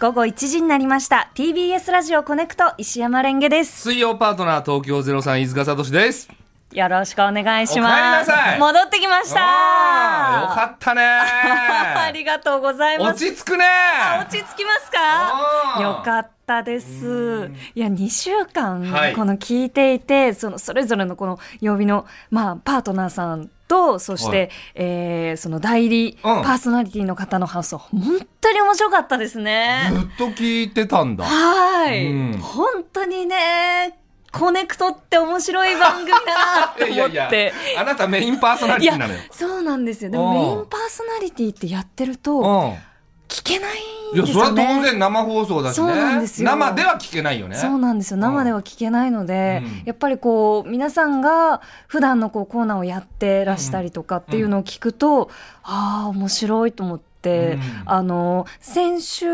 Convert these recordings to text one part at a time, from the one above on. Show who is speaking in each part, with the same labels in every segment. Speaker 1: 午後1時になりました TBS ラジオコネクト石山レンゲです
Speaker 2: 水曜パートナー東京ゼロさん飯塚聡です。
Speaker 1: よろしくお願いします
Speaker 2: お帰りなさい
Speaker 1: 戻ってきました
Speaker 2: あーよかったね
Speaker 1: ありがとうございま
Speaker 2: 落
Speaker 1: す
Speaker 2: ち着くね
Speaker 1: 落ち着きますか
Speaker 2: あー
Speaker 1: よかったです。いや、2週間
Speaker 2: はい、
Speaker 1: この聞いていて、その、それぞれのこの曜日の、まあ、パートナーさんと、そして、
Speaker 2: は
Speaker 1: えーその代理、
Speaker 2: うん
Speaker 1: パーソナリティの方の放送、本当に面白かったですね。
Speaker 2: ずっと聞いてたんだ。
Speaker 1: はい、
Speaker 2: うん
Speaker 1: 本当にね、コネクトって面白い番組だなと思 って。
Speaker 2: あなたメインパーソナ
Speaker 1: い
Speaker 2: リティ
Speaker 1: や
Speaker 2: なのよ。、
Speaker 1: そうなんですよ。でもメ
Speaker 2: うん
Speaker 1: インパーソナリティってやってると、
Speaker 2: う
Speaker 1: 聞けないん
Speaker 2: ん。いや、
Speaker 1: で
Speaker 2: そ
Speaker 1: す
Speaker 2: れは
Speaker 1: よ
Speaker 2: 当
Speaker 1: ね。
Speaker 2: 然生放送だしね。
Speaker 1: そうなんですよ
Speaker 2: 生では聞けないよね。
Speaker 1: そうなんですよ生では聞けないので、
Speaker 2: うん
Speaker 1: やっぱりこう皆さんが普段のこうコーナーをやってらしたりとかっていうのを聞くと、ああ面白いと思って。
Speaker 2: うん
Speaker 1: あの先週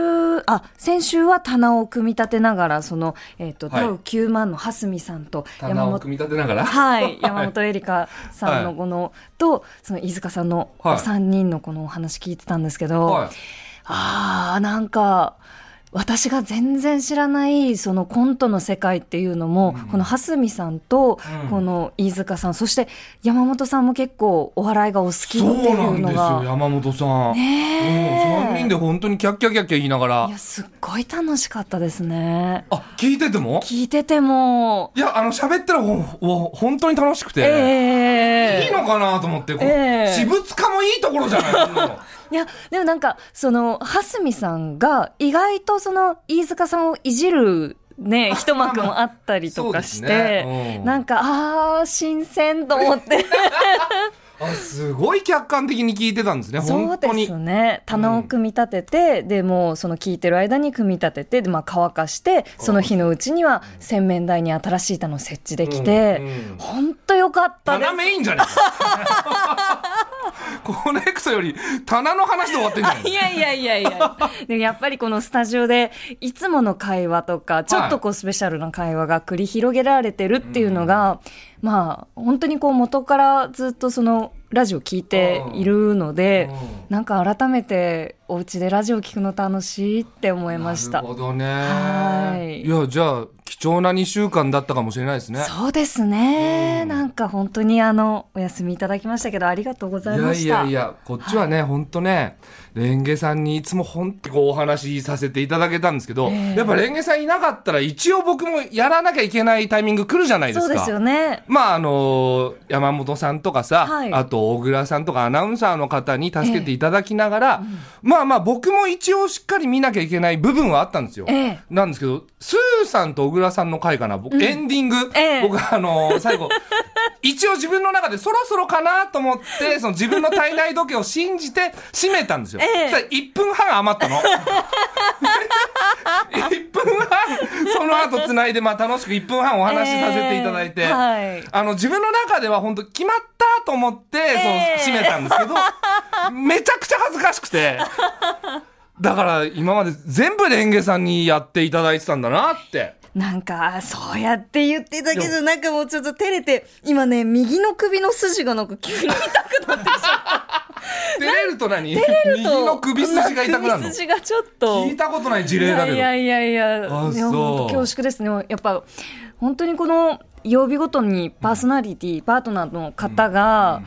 Speaker 1: あ先週は棚を組み立てながらその、えっと
Speaker 2: はい
Speaker 1: ダウ9万の蓮見さんと
Speaker 2: 棚を組み立てながら。
Speaker 1: はい、山本エリカさんのこの、とその飯塚さんの
Speaker 2: はい
Speaker 1: お三人のこのお話聞いてたんですけど、
Speaker 2: はい。
Speaker 1: あーなんか私が全然知らないそのコントの世界っていうのも、
Speaker 2: うん
Speaker 1: この蓮見さんと
Speaker 2: うん
Speaker 1: この飯塚さん、そして山本さんも結構お笑いがお好きって
Speaker 2: そうない
Speaker 1: うん
Speaker 2: で
Speaker 1: の
Speaker 2: すよ、
Speaker 1: が。
Speaker 2: 山本さん。うん、3
Speaker 1: ね
Speaker 2: 人で本当にキャッキャキャッキャ言いながら
Speaker 1: いや。すっごい楽しかったですね。
Speaker 2: あ、聞いてても
Speaker 1: 聞いてても、
Speaker 2: いや、あの、喋ってる方、ほ本当に楽しくて。
Speaker 1: ええ
Speaker 2: いいのかなと思って、こう
Speaker 1: ええ
Speaker 2: 私物化もいいところ じゃないそんなの
Speaker 1: いや、でもなんか、その、蓮見さんが、意外とその、飯塚さんをいじる、 ね、一幕もあったりとかし
Speaker 2: そうで
Speaker 1: て、
Speaker 2: すねうん
Speaker 1: なんか、あー、新鮮と思って。
Speaker 2: あすごい客観的に聞いてたんですね、
Speaker 1: そ
Speaker 2: 本
Speaker 1: う
Speaker 2: 当
Speaker 1: で
Speaker 2: に。
Speaker 1: すね。棚を組み立てて、で、もうその聞いてる間に組み立てて、で、まあ乾かして、その日のうちには洗面台に新しい棚を設置できて、
Speaker 2: うんうん
Speaker 1: ほんとよかったです
Speaker 2: 棚。メインじゃね えか。コネクトより棚の話で終わってんじゃない
Speaker 1: いやいやいやいや。でもやっぱりこのスタジオで、いつもの会話とか、ちょっとこうスペシャルな会話が繰り広げられてるっていうのが、まあ、本当にこう元からずっとその、ラジオ聞いているので
Speaker 2: うんうん、
Speaker 1: なんか改めてお家でラジオ聞くの楽しいって思いまし
Speaker 2: な
Speaker 1: た
Speaker 2: る。ほどね。
Speaker 1: はい
Speaker 2: いや、じゃあ、貴重な2週間だったかもしれないですね。
Speaker 1: そうですね。
Speaker 2: うん
Speaker 1: なんか本当にあの、お休みいただきましたけど、ありがとうござい
Speaker 2: いや
Speaker 1: ました。
Speaker 2: いやいや、こっちはね、ほんとね、レンゲさんにいつもほんってこうお話しさせていただけたんですけど、
Speaker 1: ええ
Speaker 2: やっぱレンゲさんいなかったら一応僕もやらなきゃいけないタイミング来るじゃないです
Speaker 1: そ
Speaker 2: か。
Speaker 1: うですよね。
Speaker 2: まああの山本さんとかさ、
Speaker 1: はい
Speaker 2: あと大倉さんとかアナウンサーの方に助けていただきながら、まあまあ僕も一応しっかり見なきゃいけない部分はあったんですよ。
Speaker 1: ええ
Speaker 2: なんですけど、スーさんと小倉さんの回かな、僕、エンディング、
Speaker 1: ええ
Speaker 2: 僕あの最 後、一応自分の中でそろそろかなと思って、その自分の体内時計を信じて閉めたんですよ。
Speaker 1: ええ
Speaker 2: そしたら1分半余 ったの。1分半、その後繋いで、まあ楽しく1分半お話しさせていただいて、
Speaker 1: ええはい
Speaker 2: あの、自分の中では本当決まったと思って、
Speaker 1: ええ
Speaker 2: その、締めたんですけ ど、めちゃくちゃ恥ずかしくて。だから、今まで全部レンゲさんにやっていただいてたんだなって。
Speaker 1: なんか、そうやって言ってたけど、なんかもうちょっと照れて、今ね、右の首の筋がなんか急に痛くなってき
Speaker 2: 照れると何
Speaker 1: てると。
Speaker 2: 右の首筋が痛くなる
Speaker 1: 首
Speaker 2: の
Speaker 1: 筋がちょっと。
Speaker 2: 聞いたことない事例だけど。
Speaker 1: いやいやいやいや、
Speaker 2: あ
Speaker 1: いや
Speaker 2: そう
Speaker 1: 本当恐縮ですね。やっぱ、本当にこの曜日ごとにパーソナリティ、パートナーの方が、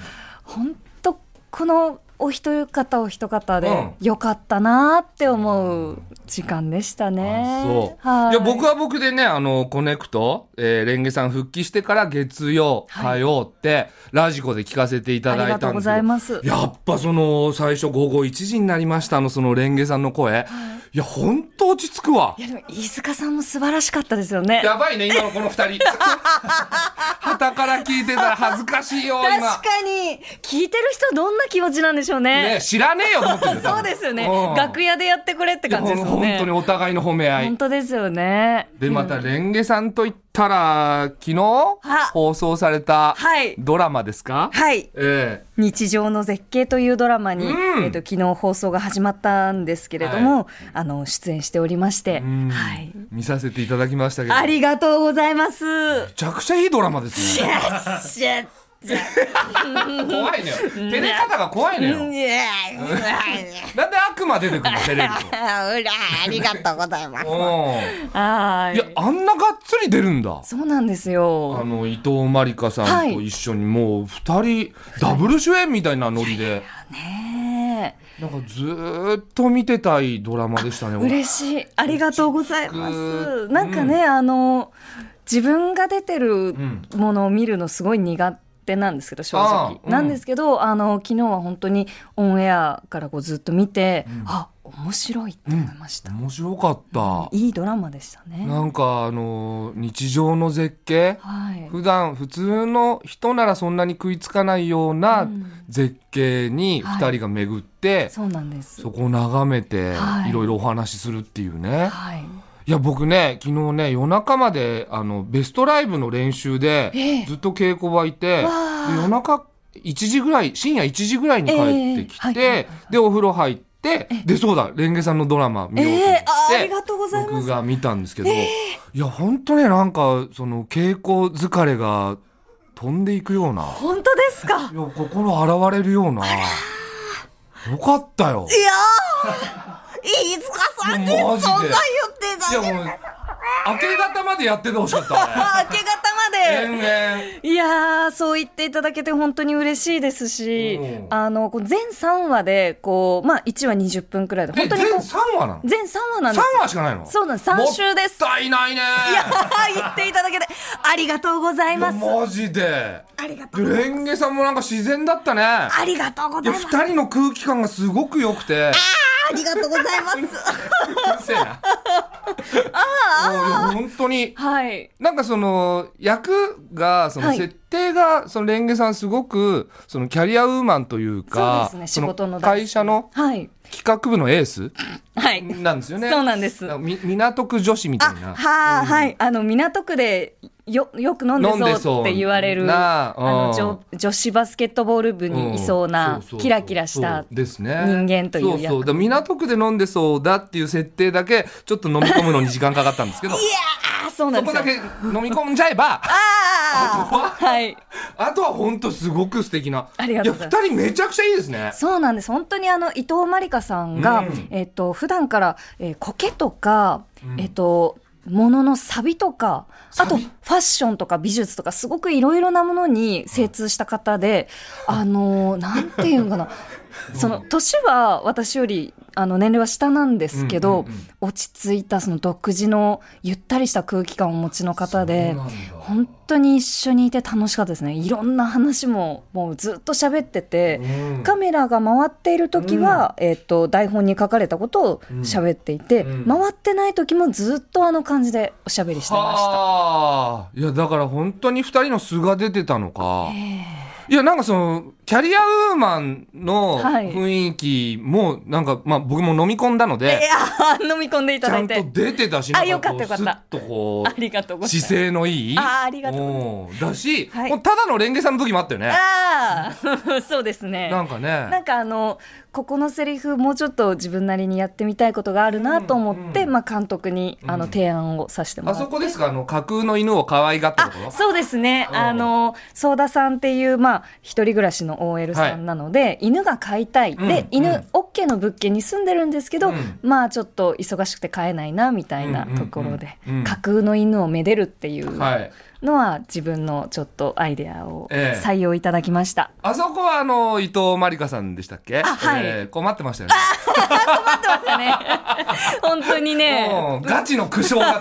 Speaker 1: 本当このお一方お一方
Speaker 2: う
Speaker 1: で
Speaker 2: ん
Speaker 1: 良かったなって思う時間でしたね。
Speaker 2: そう。
Speaker 1: はい
Speaker 2: や、僕は僕でね、あの、コネクト、えー、レンゲさん復帰してから月曜、
Speaker 1: は
Speaker 2: 火
Speaker 1: い
Speaker 2: 曜って、ラジコで聞かせていただいたんですけど
Speaker 1: ありがとうございます
Speaker 2: やっぱその、最初午後1時になりましたの、そのレンゲさんの声。いや、ほんと落ち着くわ
Speaker 1: い。やでも飯塚さんも素晴らしかったですよね。
Speaker 2: やばいね、今のこの二 人。旗から聞いてたら恥ずかしいよ、今
Speaker 1: 確。かに聞いてる人どんな気持ちなんでしょうね。
Speaker 2: ね、知らねえよと思ってるよ多分
Speaker 1: そうですよね
Speaker 2: う。ん
Speaker 1: 楽屋でやってくれって感じですよ
Speaker 2: いや
Speaker 1: ね。
Speaker 2: ほん本当にお互いの褒め合い
Speaker 1: 本。当ですよね。
Speaker 2: で、また、
Speaker 1: うん
Speaker 2: レンゲさんと言ったら、昨日
Speaker 1: は
Speaker 2: 放送された
Speaker 1: はい
Speaker 2: ドラマですか、
Speaker 1: はい。
Speaker 2: え
Speaker 1: 日常の絶景というドラマに、
Speaker 2: うん
Speaker 1: えっと昨日放送が始まったんですけれども、あの出演しておりまして、
Speaker 2: えうん
Speaker 1: はい。
Speaker 2: 見させていただきましたけど。
Speaker 1: あ
Speaker 2: め
Speaker 1: りがとうございます。
Speaker 2: ちゃくちゃいいドラマですね。
Speaker 1: よっしゃ
Speaker 2: 怖いのよ。照れ方が怖いのよ。なんで悪魔出てく るの照れる
Speaker 3: ありがとうございます。
Speaker 2: の。うん。
Speaker 1: はい
Speaker 2: いや、あんながっつり出るんだ。
Speaker 1: そうなんです
Speaker 2: あ
Speaker 1: よ。
Speaker 2: の伊藤真理香さんと一緒にもう二人ダブル主演みたいなノリで
Speaker 1: ね
Speaker 2: なんかずーっと見てたいドラマでしたね
Speaker 1: え。
Speaker 2: 俺
Speaker 1: 嬉しい。ありがとうございま
Speaker 2: う
Speaker 1: す。
Speaker 2: ん
Speaker 1: なんかね、あの、自分が出てる
Speaker 2: ん
Speaker 1: ものを見るのすごい苦手なんですけど、正
Speaker 2: あ
Speaker 1: 直。
Speaker 2: あうん
Speaker 1: なんですけど、あの、昨日は本当にオンエアからこうずっと見て、あ、面白いって思いました。
Speaker 2: 面白かった
Speaker 1: いいドラマでしたね。
Speaker 2: なんかあのー日常の絶景
Speaker 1: はい。
Speaker 2: 普段普通の人ならそんなに食いつかないような
Speaker 1: うん
Speaker 2: 絶景に
Speaker 1: はい
Speaker 2: 二人が巡って
Speaker 1: そうなんです。
Speaker 2: そこを眺めて
Speaker 1: はい
Speaker 2: いろいろお話しするっていうね
Speaker 1: はい。
Speaker 2: いや僕ね昨日ね夜中まであのベストライブの練習で
Speaker 1: ええ
Speaker 2: ずっと稽古場いて、
Speaker 1: わあ
Speaker 2: で夜中1時ぐらい深夜1時ぐらいに帰ってき
Speaker 1: ええ
Speaker 2: て、
Speaker 1: はいはいはい
Speaker 2: でお風呂入ってでそうだレンゲさんのドラマ見ようと思っ
Speaker 1: ええあーあ
Speaker 2: て
Speaker 1: りがとうございます
Speaker 2: 僕が見たんですけど、いや本当ねなんかその稽古疲れが飛んでいくような
Speaker 1: 本当ですか
Speaker 2: いや心洗われるようなよかったよ
Speaker 3: いやー、飯塚さんに
Speaker 2: いや
Speaker 3: そ
Speaker 2: マ
Speaker 3: ん
Speaker 2: ジ
Speaker 3: な
Speaker 2: で
Speaker 3: 言って
Speaker 2: い
Speaker 3: た
Speaker 2: や
Speaker 3: ね。
Speaker 2: もう明け方までやっててほしかった俺
Speaker 1: あ明け 方まで
Speaker 2: 全然。
Speaker 1: いやー、そう言っていただけて本当に嬉しいですし
Speaker 2: うん、
Speaker 1: あの、こう全3話で、こう、まあ、1話20分くらいで、
Speaker 2: え、
Speaker 1: 本当に
Speaker 2: 全
Speaker 1: こ
Speaker 2: 3話なの
Speaker 1: う、全3話なん
Speaker 2: ?3
Speaker 1: です。
Speaker 2: 話しかないの
Speaker 1: そうなんです三週です
Speaker 2: もったいないね
Speaker 1: いやー、 言っていただけて、ありがとうございます。
Speaker 2: マジで。
Speaker 3: ありがとう。
Speaker 2: レンゲさんもなんか自然だったね。
Speaker 3: ありがとうご
Speaker 2: い
Speaker 3: ざい
Speaker 2: や、
Speaker 3: ます。
Speaker 2: 二人の空気感がすごく良くて。
Speaker 3: ありがとうございます。
Speaker 2: うるせえな。ああ。本当に。
Speaker 1: はい。
Speaker 2: なんかその役がその
Speaker 1: はい
Speaker 2: 設定がそのレンゲさんすごくそのキャリアウーマンというか
Speaker 1: そうですね仕事の
Speaker 2: そ会社の
Speaker 1: はい。
Speaker 2: 企画部のエ ース
Speaker 1: はい。
Speaker 2: なんですよね
Speaker 1: そうなんです
Speaker 2: な。かみ港区女子みたいな
Speaker 1: はあ、はい。あの、港区でよ、よく飲ん
Speaker 2: 飲んで
Speaker 1: で
Speaker 2: そう
Speaker 1: そうって言われる、
Speaker 2: な
Speaker 1: あ
Speaker 2: うん
Speaker 1: の女、女子バスケットボール部にいそう
Speaker 2: う
Speaker 1: なん
Speaker 2: そうそうそう、
Speaker 1: キラキラした
Speaker 2: そうですね
Speaker 1: 人間という役
Speaker 2: そうそうだから港区で飲んでそうだっていう設定だけちょっと飲み込むのに時間かかったん ですけど
Speaker 1: あーそうな
Speaker 2: そ
Speaker 1: んで
Speaker 2: こ
Speaker 1: す
Speaker 2: だ
Speaker 1: よ
Speaker 2: け。飲み込んじゃえば
Speaker 1: ああ
Speaker 2: あ
Speaker 1: はい。
Speaker 2: とは本当すごく素敵な
Speaker 1: ありがとうございます
Speaker 2: や二人めちゃくちゃいいですね
Speaker 1: そうなんです。本当にあの、伊藤まりかさんが、
Speaker 2: うん
Speaker 1: えっ、と、普段から、えー苔とか、えっ、と、もののサビとか、あと、フ
Speaker 2: サビ
Speaker 1: ァッションとか美術とか、すごくいろいろなものに精通した方で、あのー、なんていうのかな。その、年は私より、あの、年齢は下なんですけど、
Speaker 2: うんうんうん
Speaker 1: 落ち着いた、その独自の、ゆったりした空気感をお持ちの方で
Speaker 2: そうなんだ、
Speaker 1: 本当に一緒にいて楽しかったですね。いろんな話も、もうずっと喋ってて、
Speaker 2: うん
Speaker 1: カメラが回っている時は、えっと台本に書かれたことを喋っていて、
Speaker 2: うん
Speaker 1: 回ってない時もずっとあの感じでおしゃべりしてました。
Speaker 2: はあいやだから本当に二人の素が出てたのか、いやなんかそのキャリアウーマンの
Speaker 1: はい
Speaker 2: 雰囲気もなんか、まあ、僕も飲み込んだので
Speaker 1: いやー飲み込んでい
Speaker 2: ち
Speaker 1: ただ
Speaker 2: ゃ
Speaker 1: い
Speaker 2: んと
Speaker 1: て
Speaker 2: 出てたし
Speaker 1: あ
Speaker 2: なんこう
Speaker 1: よかったよかった
Speaker 2: スッとこ
Speaker 1: ありがとうご
Speaker 2: う
Speaker 1: ざいま
Speaker 2: 姿
Speaker 1: す。
Speaker 2: 勢のいい
Speaker 1: あありがとう
Speaker 2: うんだし、
Speaker 1: はい
Speaker 2: もうただのレンゲさんの時もあったよね
Speaker 1: ああ そうですね。
Speaker 2: なんかね
Speaker 1: なんかあのここのセリフもうちょっと自分なりにやってみたいことがあるなと思って、まあ、監督にあの提案をさせても
Speaker 2: あ
Speaker 1: らって
Speaker 2: そこですかあの架空の犬を可愛がったところ
Speaker 1: そうですね。
Speaker 2: うん
Speaker 1: あの、ソーダさんっていう、まあ、一人暮らしの OL さんなので、犬が飼いたい。
Speaker 2: んう
Speaker 1: で
Speaker 2: ん、
Speaker 1: 犬、OK の物件に住んでるんですけど、
Speaker 2: うん
Speaker 1: まあ、ちょっと忙しくて飼えないな、みたいなところで、
Speaker 2: うんうんうんうん
Speaker 1: 架空の犬をめでるっていう
Speaker 2: はい
Speaker 1: のは、自分のちょっとアイデアを
Speaker 2: ええ
Speaker 1: 採用いただきました。
Speaker 2: あそこはあの伊藤まりかさんでしたっけ
Speaker 1: あはい
Speaker 2: えー困ってましたよね
Speaker 1: ね本当に ね、
Speaker 2: うんガチの苦笑だ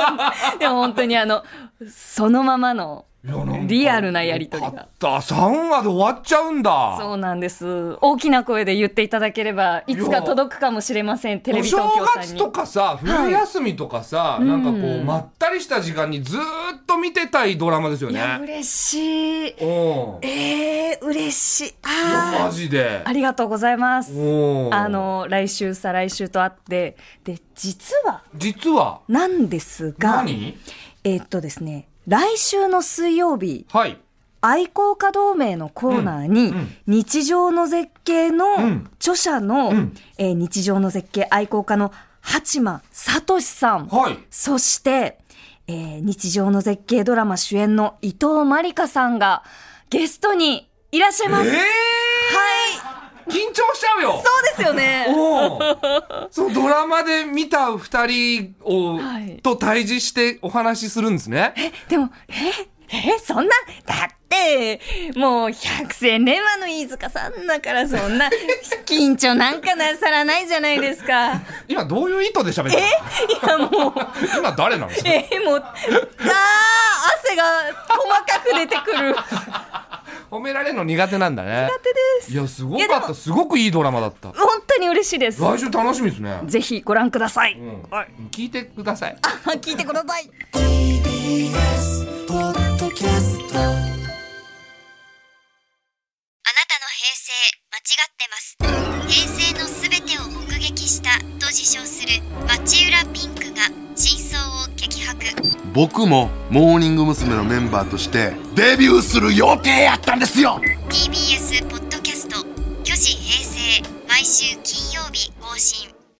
Speaker 2: った
Speaker 1: でも本当にあの、そのままの
Speaker 2: よいやなんか
Speaker 1: リアルなやりとり
Speaker 2: よか
Speaker 1: が
Speaker 2: っ。た3話で終わっちゃうんだ
Speaker 1: そうなんです。大きな声で言っていただければ、いつか届くかもしれません、テレ
Speaker 2: お
Speaker 1: ビ
Speaker 2: 正
Speaker 1: 東京さん
Speaker 2: 月
Speaker 1: に。
Speaker 2: とかさ冬休みとかさ、なんかこうまったりした時間にずーっと見てたいドラマですよ
Speaker 1: いや、
Speaker 2: ね
Speaker 1: 嬉しい。
Speaker 2: おい
Speaker 3: えー、嬉しい。あ
Speaker 2: やマジで
Speaker 1: ありがとうございます。
Speaker 2: お
Speaker 1: あの、来週、再来週と会って、で、実は、
Speaker 2: 実は
Speaker 1: なんですが、
Speaker 2: 何
Speaker 1: えっとですね、来週の水曜日、
Speaker 2: はい
Speaker 1: 愛好家同盟のコーナーに、日常の絶景の
Speaker 2: ん
Speaker 1: 著者の、
Speaker 2: ん
Speaker 1: えー日常の絶景愛好家の八間聡さん、
Speaker 2: はい
Speaker 1: そして、えー日常の絶景ドラマ主演の伊藤まりかさんがゲストにいらっしゃいま
Speaker 2: え
Speaker 1: す。
Speaker 2: ー、
Speaker 3: は
Speaker 2: 緊張しちゃ うよ
Speaker 3: い。そうですよね。
Speaker 2: おうそのドラマで見た二人を、
Speaker 1: はい
Speaker 2: と対峙してお話しするんですね。
Speaker 1: え、でも、え、え、そんな、だって、もう百戦錬磨の飯塚さんだからそ んな、緊張なんかなさらないじゃないですか。
Speaker 2: 今どういう意図で喋ってる
Speaker 1: いやもう、
Speaker 2: 今誰なんですか
Speaker 1: え、もう、あー、汗が細かく出てくる。
Speaker 2: 褒められるの苦手なんだね。
Speaker 1: 手です。
Speaker 2: いや、すご
Speaker 1: いや
Speaker 2: か
Speaker 1: で
Speaker 2: った。
Speaker 1: も
Speaker 2: すごくいいドラマだった。
Speaker 1: 本当に嬉しいです。
Speaker 2: 来週楽しみですね。
Speaker 1: ぜひご覧ください。
Speaker 2: ん
Speaker 1: はい
Speaker 2: 聞いてください。
Speaker 3: 聞いてください。
Speaker 4: TBS ポッドキャスト
Speaker 5: あなたの平成間違ってます平成のすべてを目撃したと自称する町浦ピンクが真相を激白
Speaker 6: 僕もモーニング娘。のメンバーとしてデビューする予定やったんですよ
Speaker 5: TBS ポッドキャスト「巨子平成」毎週金曜日更新